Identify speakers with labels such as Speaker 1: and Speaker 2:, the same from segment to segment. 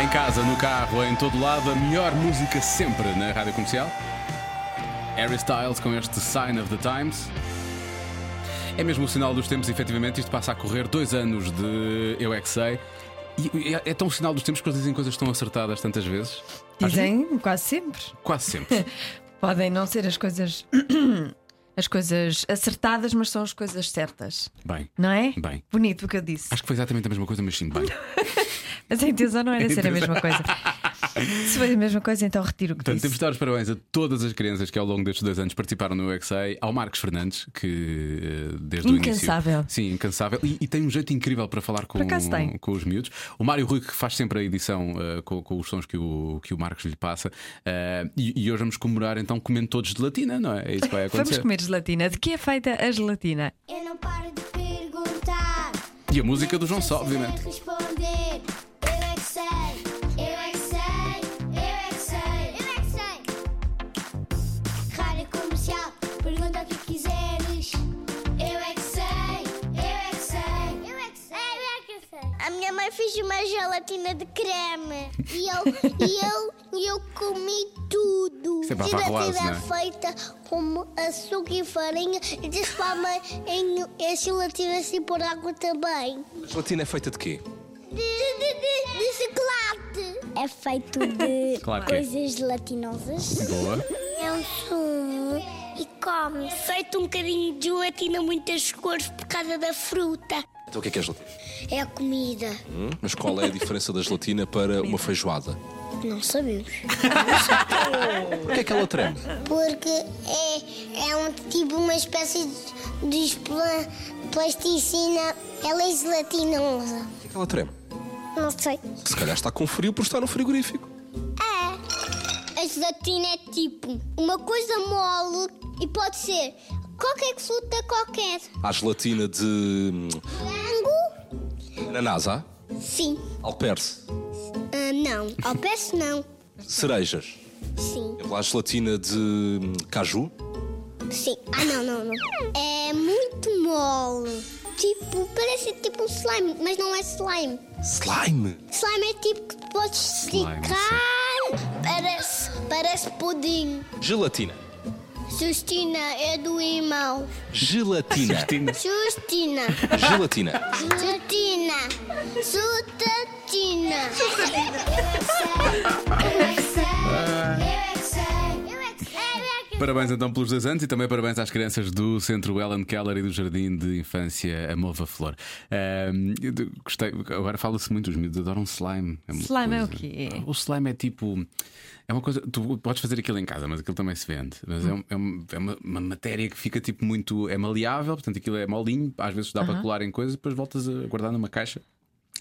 Speaker 1: Em casa, no carro, em todo lado, a melhor música sempre na rádio comercial. Harry Styles com este Sign of the Times. É mesmo o sinal dos tempos, efetivamente. Isto passa a correr dois anos de Eu É Que Sei. E é- é tão sinal dos tempos que eles dizem coisas tão acertadas tantas vezes. Às vezes,
Speaker 2: Dizem quase sempre.
Speaker 1: Quase sempre.
Speaker 2: Podem não ser as coisas. As coisas acertadas, mas são as coisas certas,
Speaker 1: Bem,
Speaker 2: não é?
Speaker 1: Bem.
Speaker 2: Bonito o que eu disse.
Speaker 1: acho que foi exatamente a mesma coisa, mas sim, bem.
Speaker 2: Mas a intenção não era ser a mesma coisa. Se foi a mesma coisa, então retiro o que
Speaker 1: Portanto, temos de
Speaker 2: disse.
Speaker 1: dar os parabéns a todas as crianças que ao longo destes dois anos participaram no UXA, ao Marcos Fernandes, que eh, desde o
Speaker 2: Incansável.
Speaker 1: início. Sim, incansável. E, e tem um jeito incrível para falar com,
Speaker 2: Por acaso tem.
Speaker 1: com os miúdos. O Mário Rui, que faz sempre a edição eh, com, com os sons que o, que o Marcos lhe passa. Eh, e, e hoje vamos comemorar, então, comendo todos de latina, não é? É isso que vai
Speaker 2: Vamos
Speaker 1: acontecer.
Speaker 2: comer gelatina. De que é feita a gelatina?
Speaker 3: Eu não paro de perguntar.
Speaker 1: E a música do João né? Só, obviamente.
Speaker 3: Responder. Eu é que sei, eu é que sei, eu é que sei, eu é que sei. Rádio comercial, pergunta o que quiseres. Eu é que sei, eu é que sei, eu é que sei, eu é que sei. A minha mãe fez uma gelatina de creme e eu, e eu, e eu comi tudo.
Speaker 1: Isso é bavaroise,
Speaker 3: Gelatina
Speaker 1: não é?
Speaker 3: feita com açúcar e farinha e disse para a mãe em, em gelatina assim por água também.
Speaker 4: A gelatina é feita de quê?
Speaker 3: De, chocolate. É feito de
Speaker 1: Claro que é.
Speaker 3: coisas gelatinosas.
Speaker 1: Boa.
Speaker 3: É um sumo e come. Feito um bocadinho de gelatina, muitas cores por causa da fruta.
Speaker 4: Então o que é que é gelatina?
Speaker 3: É a comida.
Speaker 4: Hum? Mas qual é a diferença da gelatina para uma feijoada?
Speaker 3: Não sabemos.
Speaker 4: Porquê é que ela treme?
Speaker 3: Porque é, é um tipo uma espécie de, de pla- plasticina. Ela é gelatinosa.
Speaker 4: Porquê é que ela treme?
Speaker 3: Não sei.
Speaker 4: Se calhar está com frio por estar no frigorífico.
Speaker 3: É. A gelatina é tipo uma coisa mole e pode ser qualquer fruta qualquer.
Speaker 4: Há gelatina de hum,
Speaker 3: Frango?
Speaker 4: ananás, há?
Speaker 3: Sim.
Speaker 4: Alperce,
Speaker 3: Ah, não. Alperce não.
Speaker 4: cerejas.
Speaker 3: Sim.
Speaker 4: Há gelatina de hum, caju.
Speaker 3: Sim. Ah, não, não, não. É muito mole. Tipo, parece tipo um slime, mas não é slime.
Speaker 4: Slime.
Speaker 3: Slime é tipo que podes
Speaker 1: Slime,
Speaker 3: esticar. Parece, parece pudim.
Speaker 4: Gelatina.
Speaker 3: Justina é do irmão.
Speaker 4: Gelatina.
Speaker 3: Justina.
Speaker 4: gelatina.
Speaker 3: Sutina. Sutatina. Eu é que sei. Eu é que sei. Eu é que sei. Eu é que sei.
Speaker 1: Parabéns então pelos dois anos e também parabéns às crianças do Centro Ellen Keller e do Jardim de Infância Amova Flor. Ahm, eu de- gostei, agora fala-se muito, os miúdos adoram slime. uma
Speaker 2: Slime é o
Speaker 1: coisa-
Speaker 2: quê?
Speaker 1: O slime é tipo. É uma coisa. Tu podes fazer aquilo em casa, mas aquilo também se vende. Mas é um- é, um- é uma, uma matéria que fica tipo muito. É maleável, portanto aquilo é molinho, às vezes dá para colar em coisas, depois voltas a guardar numa caixa.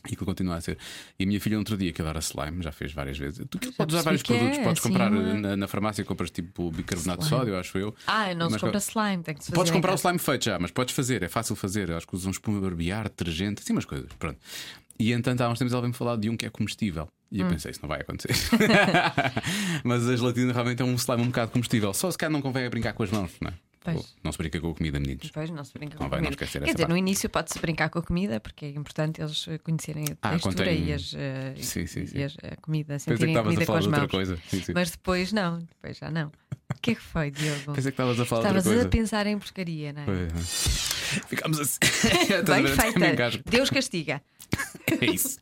Speaker 1: E aquilo continua a ser. E a minha filha, outro dia, que adora slime, já fez várias vezes. Tu aquilo podes usar vários
Speaker 2: percebi que é,
Speaker 1: produtos, podes
Speaker 2: assim,
Speaker 1: comprar eh,
Speaker 2: uma-
Speaker 1: na, na farmácia compras tipo bicarbonato de sódio, acho eu.
Speaker 2: Ah, é, não se
Speaker 1: Mas
Speaker 2: compra
Speaker 1: co-
Speaker 2: slime, tem que se fazer.
Speaker 1: Podes
Speaker 2: em
Speaker 1: comprar o
Speaker 2: casa.
Speaker 1: slime feito já, mas podes fazer, é fácil fazer. Acho que usam espuma barbear, detergente, assim umas coisas. Pronto. E entanto, há uns tempos ela veio-me falar de um que é comestível. E
Speaker 2: Hum.
Speaker 1: eu pensei, isso não vai acontecer. mas a gelatina realmente é um slime um bocado comestível. Só se calhar não convém a brincar com as mãos, não é?
Speaker 2: Pois.
Speaker 1: Ou Não se brinca com a comida, meninos.
Speaker 2: Depois não se brinca com a
Speaker 1: Não vai, não
Speaker 2: comida.
Speaker 1: esquecer
Speaker 2: Quer
Speaker 1: essa
Speaker 2: dizer, no
Speaker 1: parte.
Speaker 2: início pode-se brincar com a comida, porque é importante eles eh, conhecerem a
Speaker 1: Ah,
Speaker 2: textura
Speaker 1: contém-
Speaker 2: e, as, eh,
Speaker 1: Sim, sim,
Speaker 2: e
Speaker 1: sim.
Speaker 2: as- a comida,
Speaker 1: Pensei que
Speaker 2: sentirem a
Speaker 1: estavas a
Speaker 2: comida com
Speaker 1: falar
Speaker 2: as
Speaker 1: de outra
Speaker 2: mãos.
Speaker 1: coisa. Sim, sim.
Speaker 2: Mas depois não, depois já não. O que é que foi, Diogo?
Speaker 1: Pensei que estavas a falar de outra
Speaker 2: Estavas a
Speaker 1: coisa.
Speaker 2: pensar em porcaria, não é?
Speaker 1: Pois é. Ficámos assim. Estás a
Speaker 2: Bem
Speaker 1: ver? Até me
Speaker 2: feita.
Speaker 1: engasgo.
Speaker 2: Deus castiga.
Speaker 1: É isso.